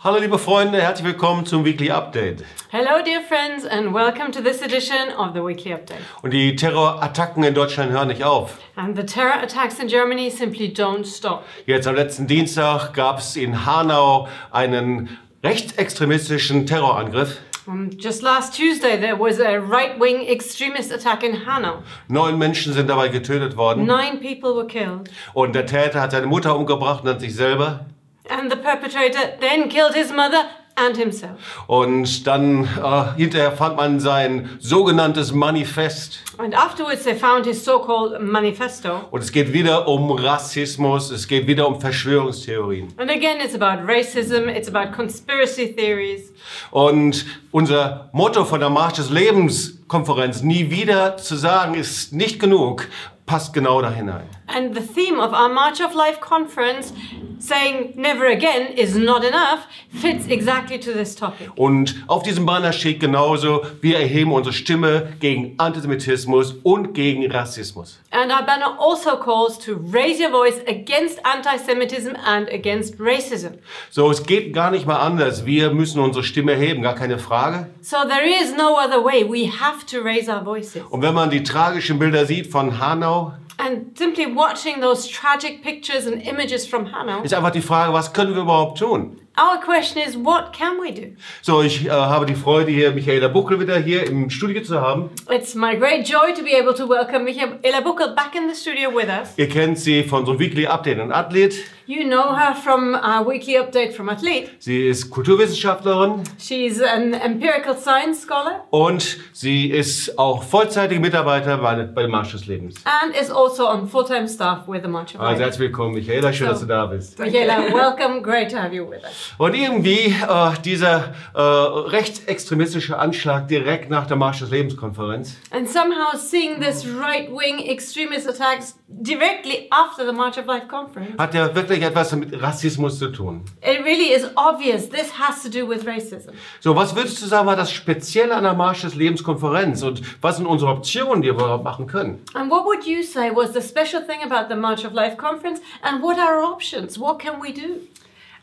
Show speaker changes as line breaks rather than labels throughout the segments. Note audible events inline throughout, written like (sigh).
Hallo liebe Freunde, herzlich willkommen zum Weekly Update.
Hello, dear friends, and welcome to this edition of the Weekly Update.
Und die Terrorattacken in Deutschland hören nicht auf.
And the terror attacks in Germany simply don't stop.
Jetzt am letzten Dienstag gab es in Hanau einen rechtsextremistischen Terrorangriff.
Um, just last Tuesday, there was a right wing extremist attack in Hanau.
Neun Menschen sind dabei getötet worden.
Nine people were killed,
Und der Täter hat seine Mutter umgebracht und dann sich selber.
and the perpetrator then killed his mother and himself.
Und dann äh, hinterher fand man sein sogenanntes Manifest.
And afterwards, they found his so called manifesto.
Und es geht wieder um Rassismus, es geht wieder um Verschwörungstheorien.
And again, it's about racism, it's about conspiracy theories.
Und unser Motto von der Marsch des Lebens Konferenz, nie wieder zu sagen, ist nicht genug, passt genau da hinein.
And the theme of our March of Life conference, saying never again is not enough, fits exactly to this topic.
Und auf diesem Banner steht genauso, wir erheben unsere Stimme gegen Antisemitismus und gegen Rassismus.
And our banner also calls to raise your voice against anti Semitism and against racism.
So, es geht gar nicht mal anders. Wir müssen unsere Stimme erheben, gar keine Frage.
So there is no other way. We have to raise our voices.
Und wenn man die tragischen Bilder sieht von Hanau,
And simply watching those tragic pictures and images from Hanau,
ist einfach die Frage, was können wir überhaupt tun?
our question is what can we do?
So, ich äh, habe die Freude, hier Michaela Buckel wieder hier im Studio zu haben.
It's my great joy to be able to welcome Michaela Buckel back in the studio with us.
Ihr kennt sie von so Weekly Update und Athlet.
You know her from our weekly update from Athlete.
Sie ist Kulturwissenschaftlerin
She's an empirical science scholar
und sie ist auch vollzeitige Mitarbeiter bei, bei dem Marsch des Lebens.
and is also on full time staff with the March of
Also
Life.
herzlich willkommen, Michaela, schön, dass du da bist.
Michaela, welcome. Great to have you with us.
Und irgendwie äh, dieser äh, rechtsextremistische Anschlag direkt nach der Marsch des Lebenskonferenz.
And somehow seeing this right wing extremist attacks directly after the March of Life conference,
hat ja wirklich etwas mit Rassismus zu tun.
it really is obvious this has to do with racism.
So, was würdest du sagen, war das Spezielle an der Marsch des Lebenskonferenz und was sind unsere Optionen, die wir überhaupt machen können?
And what would you say was the special thing about the March of Life conference and what are our options? What can we do?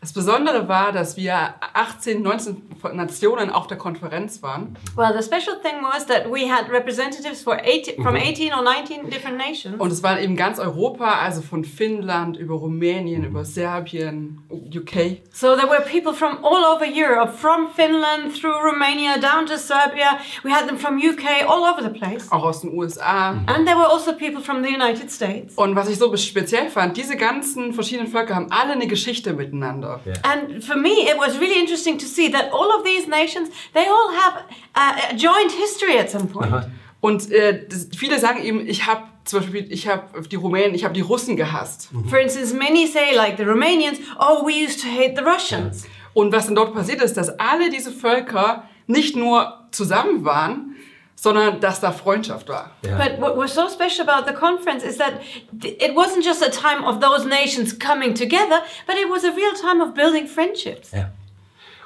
Das Besondere war, dass wir 18, 19 Nationen auf der Konferenz waren
Well, the special thing was that we had representatives for 18, from 18 or 19 different nations.
und es waren eben ganz Europa, also von Finnland über Rumänien, über Serbien, UK.
So there were people from all over Europe, from Finland through Romania down to Serbia. We had them from UK, all over the place.
Auch aus den USA.
And there were also people from the United States.
Und was ich so speziell fand, diese ganzen verschiedenen Völker haben alle eine Geschichte miteinander.
And for me, it was really interesting to see that all of these nations, they all have uh, a joint history at some point.
Und äh, das, viele sagen eben, ich habe zum Beispiel, ich habe die Rumänen, ich habe die Russen gehasst.
For instance, many say, like the Romanians, oh, we used to hate the Russians.
Und was dann dort passiert ist, dass alle diese Völker nicht nur zusammen waren, sondern dass da Freundschaft war.
But what was so special about the conference is that th- it wasn't just a time of those nations coming together, but it was a real time of building friendships.
Ja.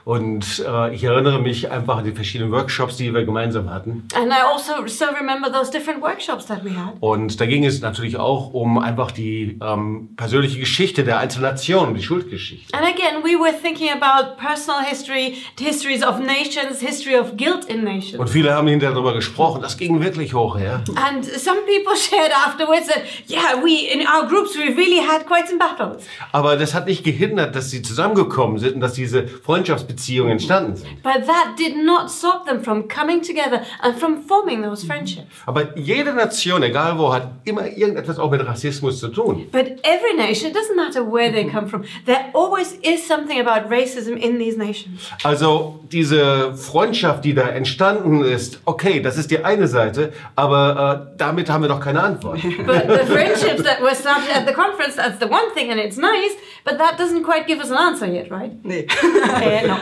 Und äh, ich erinnere mich einfach an die verschiedenen Workshops, die wir gemeinsam hatten.
And I also still remember those different workshops that we had.
Und da ging es natürlich auch um einfach die ähm, persönliche Geschichte der einzelnen Nationen, die Schuldgeschichte.
And again, we were thinking about personal history, histories of nations, history of guilt in nations.
Und viele haben hinterher darüber gesprochen, das ging wirklich hoch her.
And some people (laughs) shared afterwards that, yeah, we, in our groups, we really had quite some battles.
Aber das hat nicht gehindert, dass sie zusammengekommen sind und dass diese Freundschaftsbeziehungen entstanden sind.
But that did not stop them from coming together and from forming those friendships.
Aber jede Nation, egal wo, hat immer irgendetwas auch mit Rassismus zu tun.
But every nation, it doesn't matter where they come from, there always is something about racism in these nations.
Also diese Freundschaft, die da entstanden ist, okay, das ist die eine Seite, aber äh, damit haben wir doch keine Antwort.
But the friendships that were started at the conference, that's the one thing and it's nice, but that doesn't quite give us an answer yet, right?
Nee.
Eh, no.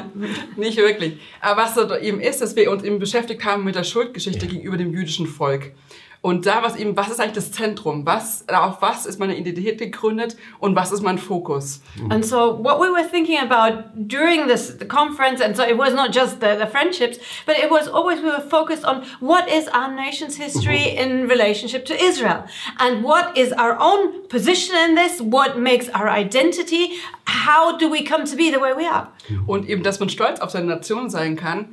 Nicht wirklich. Aber was dort eben ist, dass wir uns eben beschäftigt haben mit der Schuldgeschichte gegenüber dem jüdischen Volk. Und da was eben, was ist eigentlich das Zentrum? Was, auf was ist meine Identität gegründet und was ist mein Fokus?
And so, what we were thinking about during this conference, and so it was not just the, the friendships, but it was always we were focused on what is our nation's history in relationship to Israel, and what is our own position in this, what makes our identity, how do we come to be the way we are.
Und eben, dass man stolz auf seine Nation sein kann.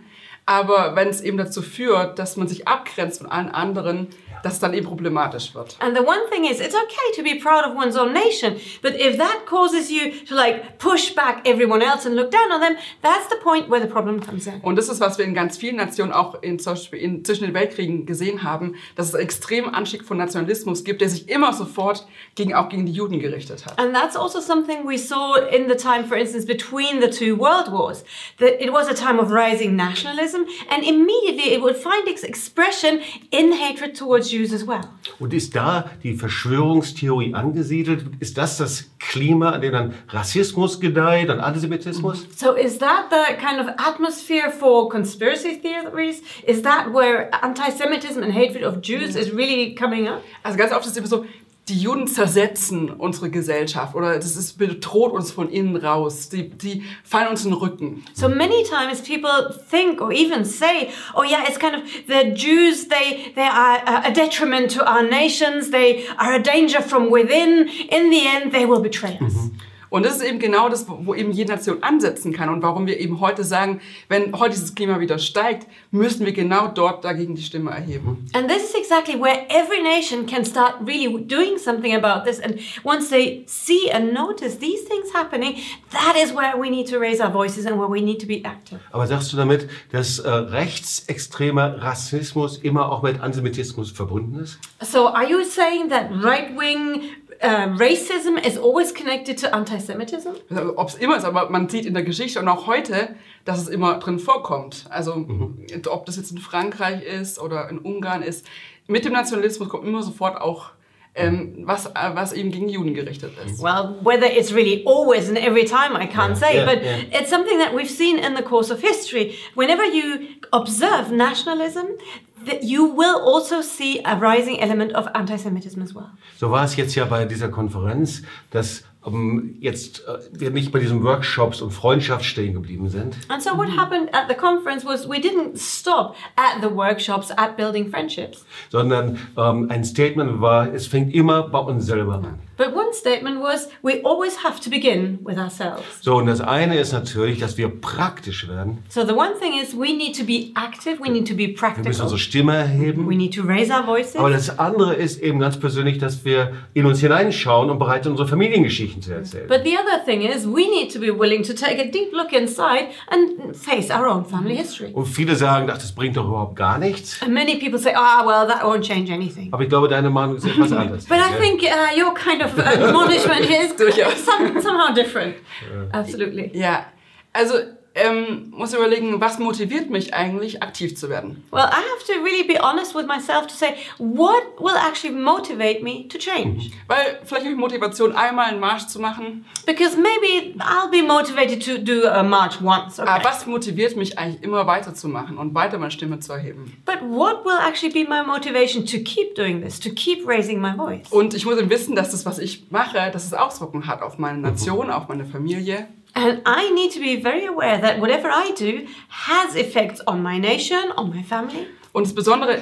Aber wenn es eben dazu führt, dass man sich abgrenzt von allen anderen, dass es dann eben problematisch wird.
And the one thing is, it's okay to be proud of one's own nation, but if that causes you to like push back everyone else and look down on them, that's the point where the problem comes in.
Und das ist, was wir in ganz vielen Nationen auch in, zum Beispiel in, zwischen den Weltkriegen gesehen haben, dass es einen extremen Anstieg von Nationalismus gibt, der sich immer sofort gegen, auch gegen die Juden gerichtet hat.
And that's also something we saw in the time, for instance, between the two world wars, that it was a time of rising nationalism, and immediately it would find its expression in hatred towards Jews as well.
Und ist da die Verschwörungstheorie angesiedelt? Ist das das Klima, an dem dann Rassismus gedeiht und Antisemitismus?
So, is that the kind of atmosphere for conspiracy theories? Is that where anti Semitism and hatred of Jews is really coming up?
Also ganz oft ist es immer so, die Juden zersetzen unsere Gesellschaft oder das ist, bedroht uns von innen raus. Die, die fallen uns in den Rücken.
So many times people think or even say, oh yeah, it's kind of the Jews, they, they are a- a detriment to our nations, they are a danger from within, in the end they will betray us.
Und das ist eben genau das, wo wo eben jede Nation ansetzen kann und warum wir eben heute sagen, wenn heute dieses Klima wieder steigt, müssen wir genau dort dagegen die Stimme erheben.
And this is exactly where every nation can start really doing something about this. And once they see and notice these things happening, that is where we need to raise our voices and where we need to be active.
Aber sagst du damit, dass äh, rechtsextremer Rassismus immer auch mit Antisemitismus verbunden ist?
So, are you saying that right wing uh, racism is always connected to anti Semitism?
Also, Ob es immer ist, aber man sieht in der Geschichte und auch heute, dass es immer drin vorkommt. Also ob das jetzt in Frankreich ist oder in Ungarn ist, mit dem Nationalismus kommt immer sofort auch ähm, was, äh, was eben gegen Juden gerichtet ist.
Well, whether it's really always and every time, I can't say,
yeah,
but
yeah.
it's something that we've seen in the course of history. Whenever you observe nationalism, that you will also see a rising element of anti-Semitism as well.
So war es jetzt ja bei dieser Konferenz, dass ähm, jetzt äh, wir nicht bei diesen Workshops und Freundschaft stehen geblieben sind.
And so,
Mm-hmm.
what happened at the conference was we didn't stop at the workshops at building friendships,
sondern ähm, ein Statement war, es fängt immer bei uns selber an.
but one statement was we always have to begin with ourselves.
So, und das eine ist natürlich, dass wir praktisch werden.
So, the one thing is we need to be active, we need to
Wir
be
müssen
practical,
unsere Stimme
we
erheben.
need to raise our voices.
Aber das andere ist eben ganz persönlich, dass wir in uns hineinschauen und bereit sind, unsere Familiengeschichten zu erzählen.
But the other thing is, we need to be willing to take a deep look inside and face our own family history.
Und viele sagen, ach, das bringt doch überhaupt gar nichts.
And many people say, ah, well, that won't change anything.
Aber ich glaube, deine Meinung ist
(laughs)
etwas anders.
But I think uh, your kind of admonishment
Durchaus.
is some, somehow different. Absolutely.
Ja, also ähm, muss ich überlegen, was motiviert mich eigentlich, aktiv zu werden?
Well, I have to really be honest with myself to say, what will actually motivate me to change?
Weil vielleicht habe ich Motivation, einmal einen Marsch zu machen.
Because maybe I'll be motivated to do a march once. Okay.
Aber was motiviert mich eigentlich immer weiterzumachen und weiter meine Stimme zu erheben?
But what will actually be my motivation to keep doing this, to keep raising my voice?
Und ich muss eben wissen, dass das, was ich mache, dass es Auswirkungen hat auf meine Nation, auf meine Familie.
And I need to be very aware that whatever I do has effects on my nation, on my family.
Und das Besondere,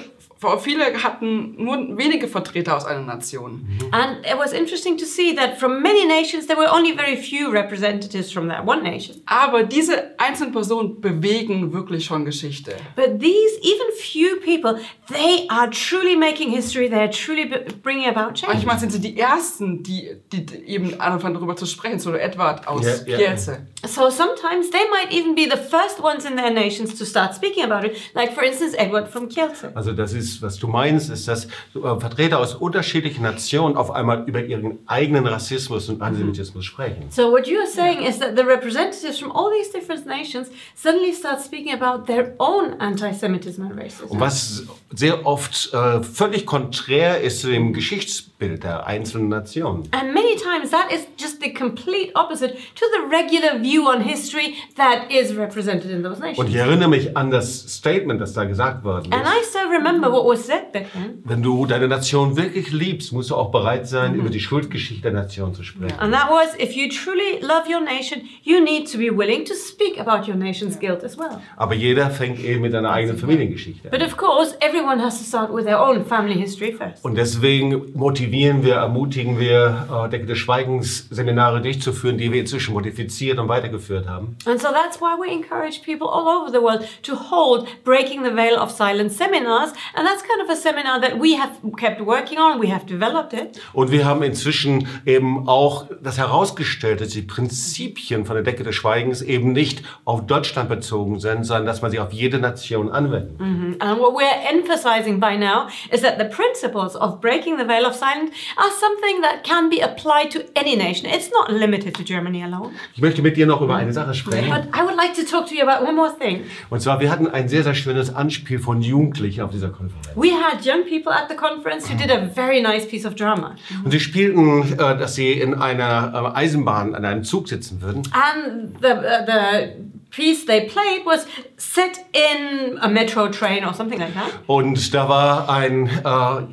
viele hatten nur wenige Vertreter aus einer Nation.
Mhm. And it was interesting to see that from many nations, there were only very few representatives from that one nation.
Aber diese einzelnen Personen bewegen wirklich schon Geschichte.
But these, even few people, they are truly making history, they're truly b- bringing about change.
Manchmal sind sie die Ersten, die, die eben anfangen, darüber zu sprechen. So Edward aus
Ja, ja.
Kielce.
So sometimes they might even be the first ones in their nations to start speaking about it, like for instance, Edward from Kielce.
Also das ist, was du meinst, ist, dass äh, Vertreter aus unterschiedlichen Nationen auf einmal über ihren eigenen Rassismus und
Mhm.
Antisemitismus sprechen.
So what you are saying is that the representatives from all these different nations suddenly start speaking about their own anti-Semitism and racism.
Und was sehr oft äh, völlig konträr ist zu dem Geschichtsbild der einzelnen Nationen.
And many times that is just the complete opposite to the regular view on history that is represented in those
Und
nations.
ich erinnere mich an das Statement, das da gesagt worden
And
ist.
I still remember what oğuzet bekleyin.
Wenn du deine Nation wirklich liebst, musst du auch bereit sein, über die Schuldgeschichte der Nation zu sprechen.
And that was if you truly love your nation, you need to be willing to speak about your nation's guilt as well.
Aber jeder fängt eben mit einer eigenen Familiengeschichte an.
But of course, everyone has to start with their own family history first.
Und deswegen motivieren wir, ermutigen wir, äh, Decke des Schweigens Seminare durchzuführen, die wir inzwischen modifiziert und weitergeführt haben.
And so that's why we encourage people all over the world to hold Breaking the Veil of Silence seminars. And that's kind of a seminar that we have kept working on, we have developed it.
Und wir haben inzwischen eben auch das herausgestellt, dass die Prinzipien von der Decke des Schweigens eben nicht auf Deutschland bezogen sind, sondern dass man sie auf jede Nation anwendet.
Mhm. And what we're emphasizing by now is that the principles of breaking the veil of silence are something that can be applied to any nation. It's not limited to Germany alone.
Ich möchte mit dir noch über eine Sache sprechen.
But I would like to talk to you about one more thing.
Und zwar, wir hatten ein sehr, sehr schönes Anspiel von Jugendlichen auf dieser Konferenz.
We had young people at the conference who did a very nice piece of drama.
Und sie spielten, äh, dass sie in einer äh, Eisenbahn, an einem Zug sitzen würden.
And the, uh, the piece they played was set in a metro train or something like that.
Und da war ein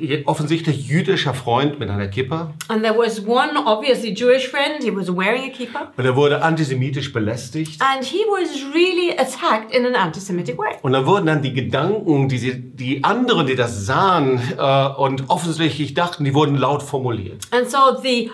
äh, offensichtlich jüdischer Freund mit einer Kippa.
And there was one obviously Jewish friend, he was wearing a kippah.
Und er wurde antisemitisch belästigt.
And he was really attacked in an anti Semitic way.
Und da wurden dann die Gedanken, die, sie, die anderen, die das sahen äh, und offensichtlich dachten, die wurden laut formuliert.
And so the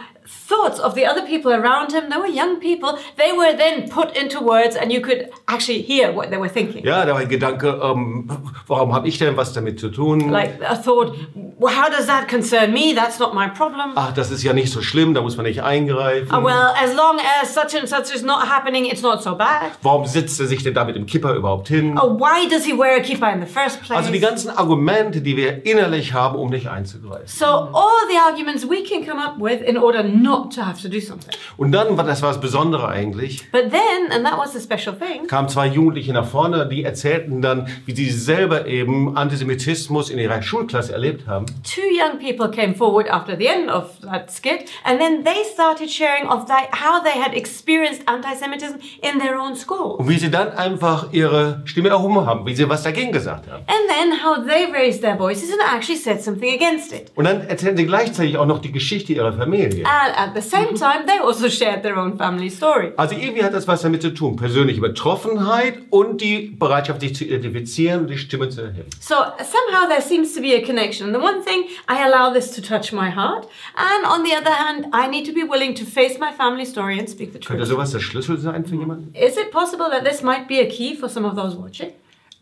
thoughts of the other people around him, they were young people, they were then put into words and you could actually hear what they were thinking.
Ja, da war ein Gedanke, ähm, warum habe ich denn was damit zu tun?
Like a thought, well, how does that concern me? That's not my problem.
Ach, das ist ja nicht so schlimm, da muss man nicht eingreifen.
Ah, well, as long as such and such is not happening, it's not so bad.
Warum sitzt er sich denn da mit dem Kipper überhaupt hin?
Oh, why does he wear a kippah in the first place?
Also die ganzen Argumente, die wir innerlich haben, um nicht einzugreifen.
so all the arguments we can come up with in order not to have to do something.
Und dann, war- das war das Besondere eigentlich,
But then, and that was the special thing,
kamen zwei Jugendliche nach vorne, die erzählten dann, wie sie selber eben Antisemitismus in ihrer Schulklasse erlebt haben.
two young people came forward after the end of that skit, and then they started sharing of that, how they had experienced anti-Semitism in their own school.
Und wie sie dann einfach ihre Stimme erhoben haben, wie sie was dagegen gesagt haben.
And then how they raised their voices and actually said something against it.
Und dann erzählen sie gleichzeitig auch noch die Geschichte ihrer Familie.
And at the same time, they also shared their own family story.
Also irgendwie hat das was damit zu tun. Persönliche Betroffenheit und die Bereitschaft, sich zu identifizieren und die Stimme zu erheben.
So somehow there seems to be a connection. The one thing, I allow this to touch my heart. And on the other hand, I need to be willing to face my family story and speak the
Könnte
truth.
sowas der Schlüssel sein für jemanden?
Is it possible that this might be a key for some of those watching?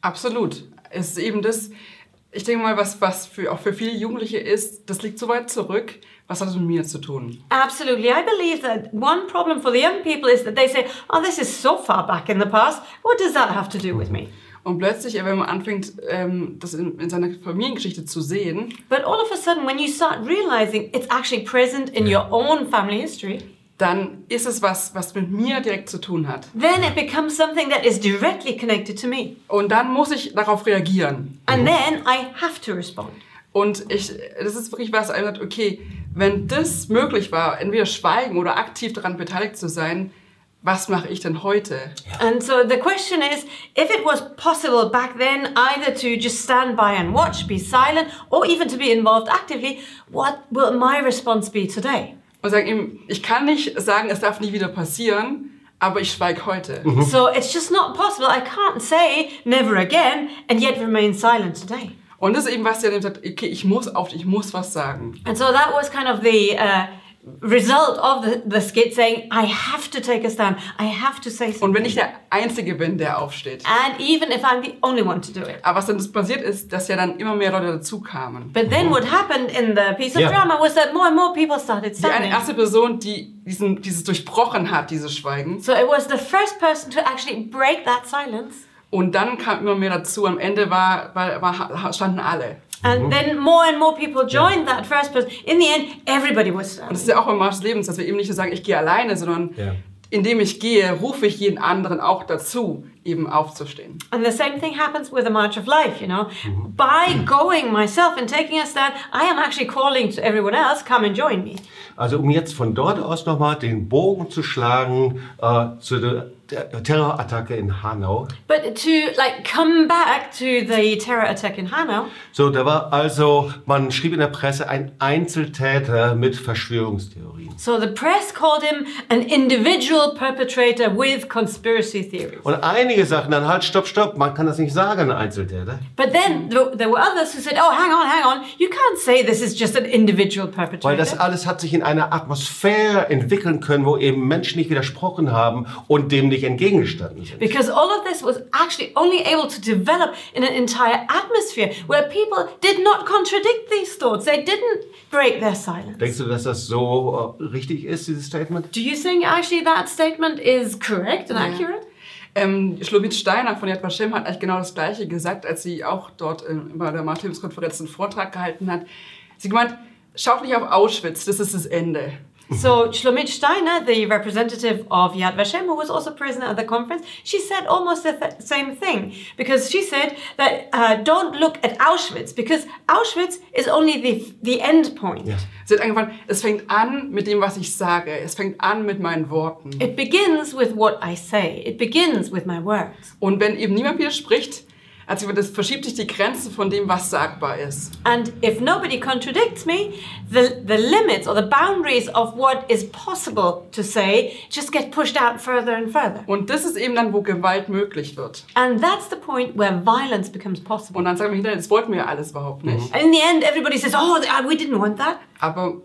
Absolut. Es ist eben das, ich denke mal, was, was für, auch für viele Jugendliche ist, das liegt so weit zurück, was hat das mit mir zu tun?
Absolutely. I believe that one problem for the young people is that they say, oh, this is so far back in the past. What does that have to do with me?
Und plötzlich, wenn man anfängt, ähm, das in, in seiner Familiengeschichte zu sehen,
But all of a sudden, when you start realizing it's actually present in your own family history,
dann ist es was, was mit mir direkt zu tun hat.
then it becomes something that is directly connected to me.
Und dann muss ich darauf reagieren.
And then I have to respond.
Und ich, das ist wirklich was, einem sagt, okay, wenn das möglich war, entweder schweigen oder aktiv daran beteiligt zu sein, was mache ich denn heute?
And so the question is if it was possible back then either to just stand by and watch, be silent, or even to be involved actively, what will my response be today?
Und sagen ihm, ich kann nicht sagen, es darf nie wieder passieren, aber ich schweige heute.
So it's just not possible. I can't say never again and yet remain silent today.
Und das ist eben was, der dann sagt, okay, ich muss auf, ich muss was sagen.
And so that was kind of the uh, result of the, the skit saying, I have to take a stand. I have to say
Und
something.
wenn ich der Einzige bin, der aufsteht.
And even if I'm the only one to do it.
Aber was dann das passiert ist, dass ja dann immer mehr Leute dazu kamen.
But then what happened in the piece of
Yeah.
drama was that more and more people started
Die eine
standing.
erste Person, die diesen, dieses durchbrochen hat, dieses Schweigen.
So it was the first person to actually break that silence.
Und dann kam immer mehr dazu. Am Ende war, war, war, standen alle.
And then more and more people joined that first person. In the end, everybody was
Und
standing.
das ist ja auch im Marsch des Lebens, dass wir eben nicht nur sagen, ich gehe alleine, sondern
Ja.
indem ich gehe, rufe ich jeden anderen auch dazu, eben aufzustehen.
And the same thing happens with the March of Life, you know. By going myself and taking a stand, I am actually calling to everyone else, come and join me.
Also um jetzt von dort aus nochmal den Bogen zu schlagen äh, zu der, der Terrorattacke in Hanau.
But to like come back to the terror attack in Hanau,
So, da war also, man schrieb in der Presse, ein Einzeltäter mit Verschwörungstheorien.
so the press called him an individual perpetrator with conspiracy theories.
Und einige sagten dann halt, stopp, stopp, man kann das nicht sagen, ein Einzeltäter.
But then th- there were others who said, oh, hang on, hang on, you can't say this is just an individual
Weil
perpetrator.
das alles hat sich in einer Atmosphäre entwickeln können, wo eben Menschen nicht widersprochen haben und dem nicht entgegengestanden sind.
Because all of this was actually only able to develop in an entire atmosphere where people did not contradict these thoughts. They didn't break their silence.
Denkst du, dass das so äh, richtig ist, dieses Statement?
Do you think actually that statement is correct and accurate?
Ähm, Schlowitz Steiner von Yad Vashem hat eigentlich genau das Gleiche gesagt, als sie auch dort ähm, bei der Martinus-Konferenz einen Vortrag gehalten hat. Sie gemeint, schaut nicht auf Auschwitz, das ist das Ende.
So Shlomit Steiner, the representative of Yad Vashem, who was also present at the conference, she said almost the th- same thing because she said that uh, don't look at Auschwitz because Auschwitz is only the the end point.
Yes.
Sie hat angefangen, es fängt an mit dem, was ich sage. Es fängt an mit meinen Worten.
It begins with what I say. It begins with my words.
Und wenn eben niemand widerspricht, hat sie gemeint, es verschiebt sich die Grenze von dem, was sagbar ist.
And if nobody contradicts me, the, the limits or the boundaries of what is possible to say just get pushed out further and further.
Und das ist eben dann, wo Gewalt möglich wird.
And that's the point where violence becomes
Und
possible.
dann sagen wir hinterher, das wollten wir ja alles überhaupt nicht.
And in the end, everybody says, oh, th- ah, we didn't want that.
Aber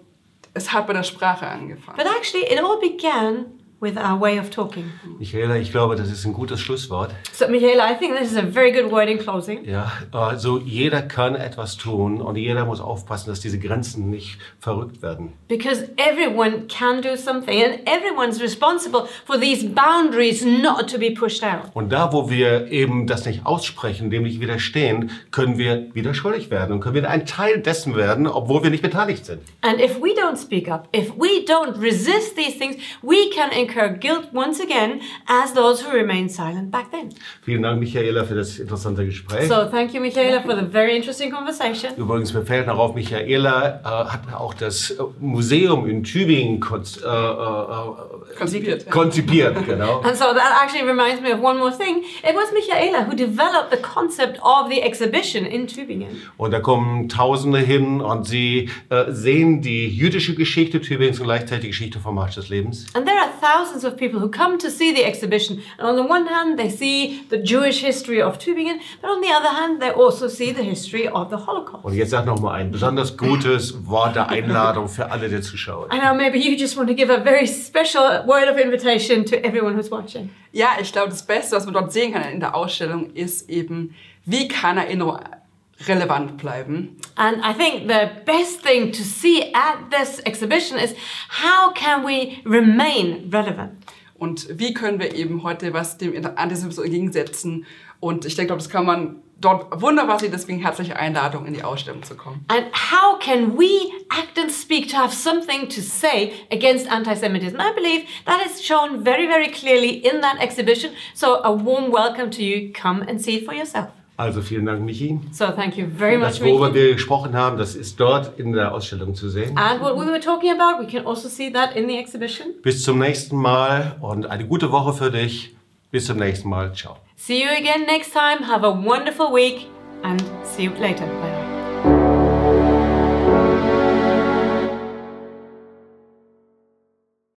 es hat bei der Sprache angefangen.
But actually, it all began with our way of talking.
Michaela, ich glaube, das ist ein gutes Schlusswort.
So, Michaela, I think this is a very good word in closing.
Ja, also jeder kann etwas tun und jeder muss aufpassen, dass diese Grenzen nicht verrückt werden.
Because everyone can do something and everyone's responsible for these boundaries not to be pushed out.
Und da, wo wir eben das nicht aussprechen, dem nicht widerstehen, können wir wieder schuldig werden und können wieder ein Teil dessen werden, obwohl wir nicht beteiligt sind.
And if we don't speak up, if we don't resist these things, we can incur guilt once again as those who remained silent back then.
Vielen Dank, Michaela, für das interessante Gespräch.
So thank you, Michaela, for the very interesting conversation.
Übrigens, mir fällt noch auf, Michaela äh, hat auch das äh, Museum in Tübingen konz äh, äh,
Konzipiert.
äh, konzipiert, genau.
And so that actually reminds me of one more thing. It was Michaela who developed the concept of the exhibition in Tübingen.
Und da kommen Tausende hin und sie äh, sehen die jüdische Geschichte Tübingens und gleichzeitig die Geschichte vom Marsch des Lebens.
And there are thousands of people who come to see the exhibition. And on the one hand, they see the Jewish history of Tübingen, but on the other hand, they also see the history of the Holocaust.
Und jetzt sag noch mal ein besonders gutes Wort der Einladung für alle der Zuschauer.
I know maybe you just want to give a very special word of invitation to everyone who's watching.
Ja, ich glaube, das Beste, was man dort sehen kann in der Ausstellung, ist eben, wie kann Erinnerung relevant bleiben.
And I think the best thing to see at this exhibition is how can we remain relevant?
Und wie können wir eben heute was dem Antisemitismus entgegensetzen. Und ich denke, das kann man dort wunderbar sehen. Deswegen herzliche Einladung, in die Ausstellung zu kommen.
And how can we act and speak to have something to say against anti Semitism? I believe that is shown very, very clearly in that exhibition. So, a warm welcome to you. Come and see it for yourself.
Also vielen Dank, Michi.
So, thank you very much,
Das, worüber
Michi.
wir gesprochen haben, das ist dort in der Ausstellung zu sehen.
And what we were talking about, we can also see that in the exhibition.
Bis zum nächsten Mal und eine gute Woche für dich. Bis zum nächsten Mal. Ciao.
See you again next time. Have a wonderful week and see you later. Bye.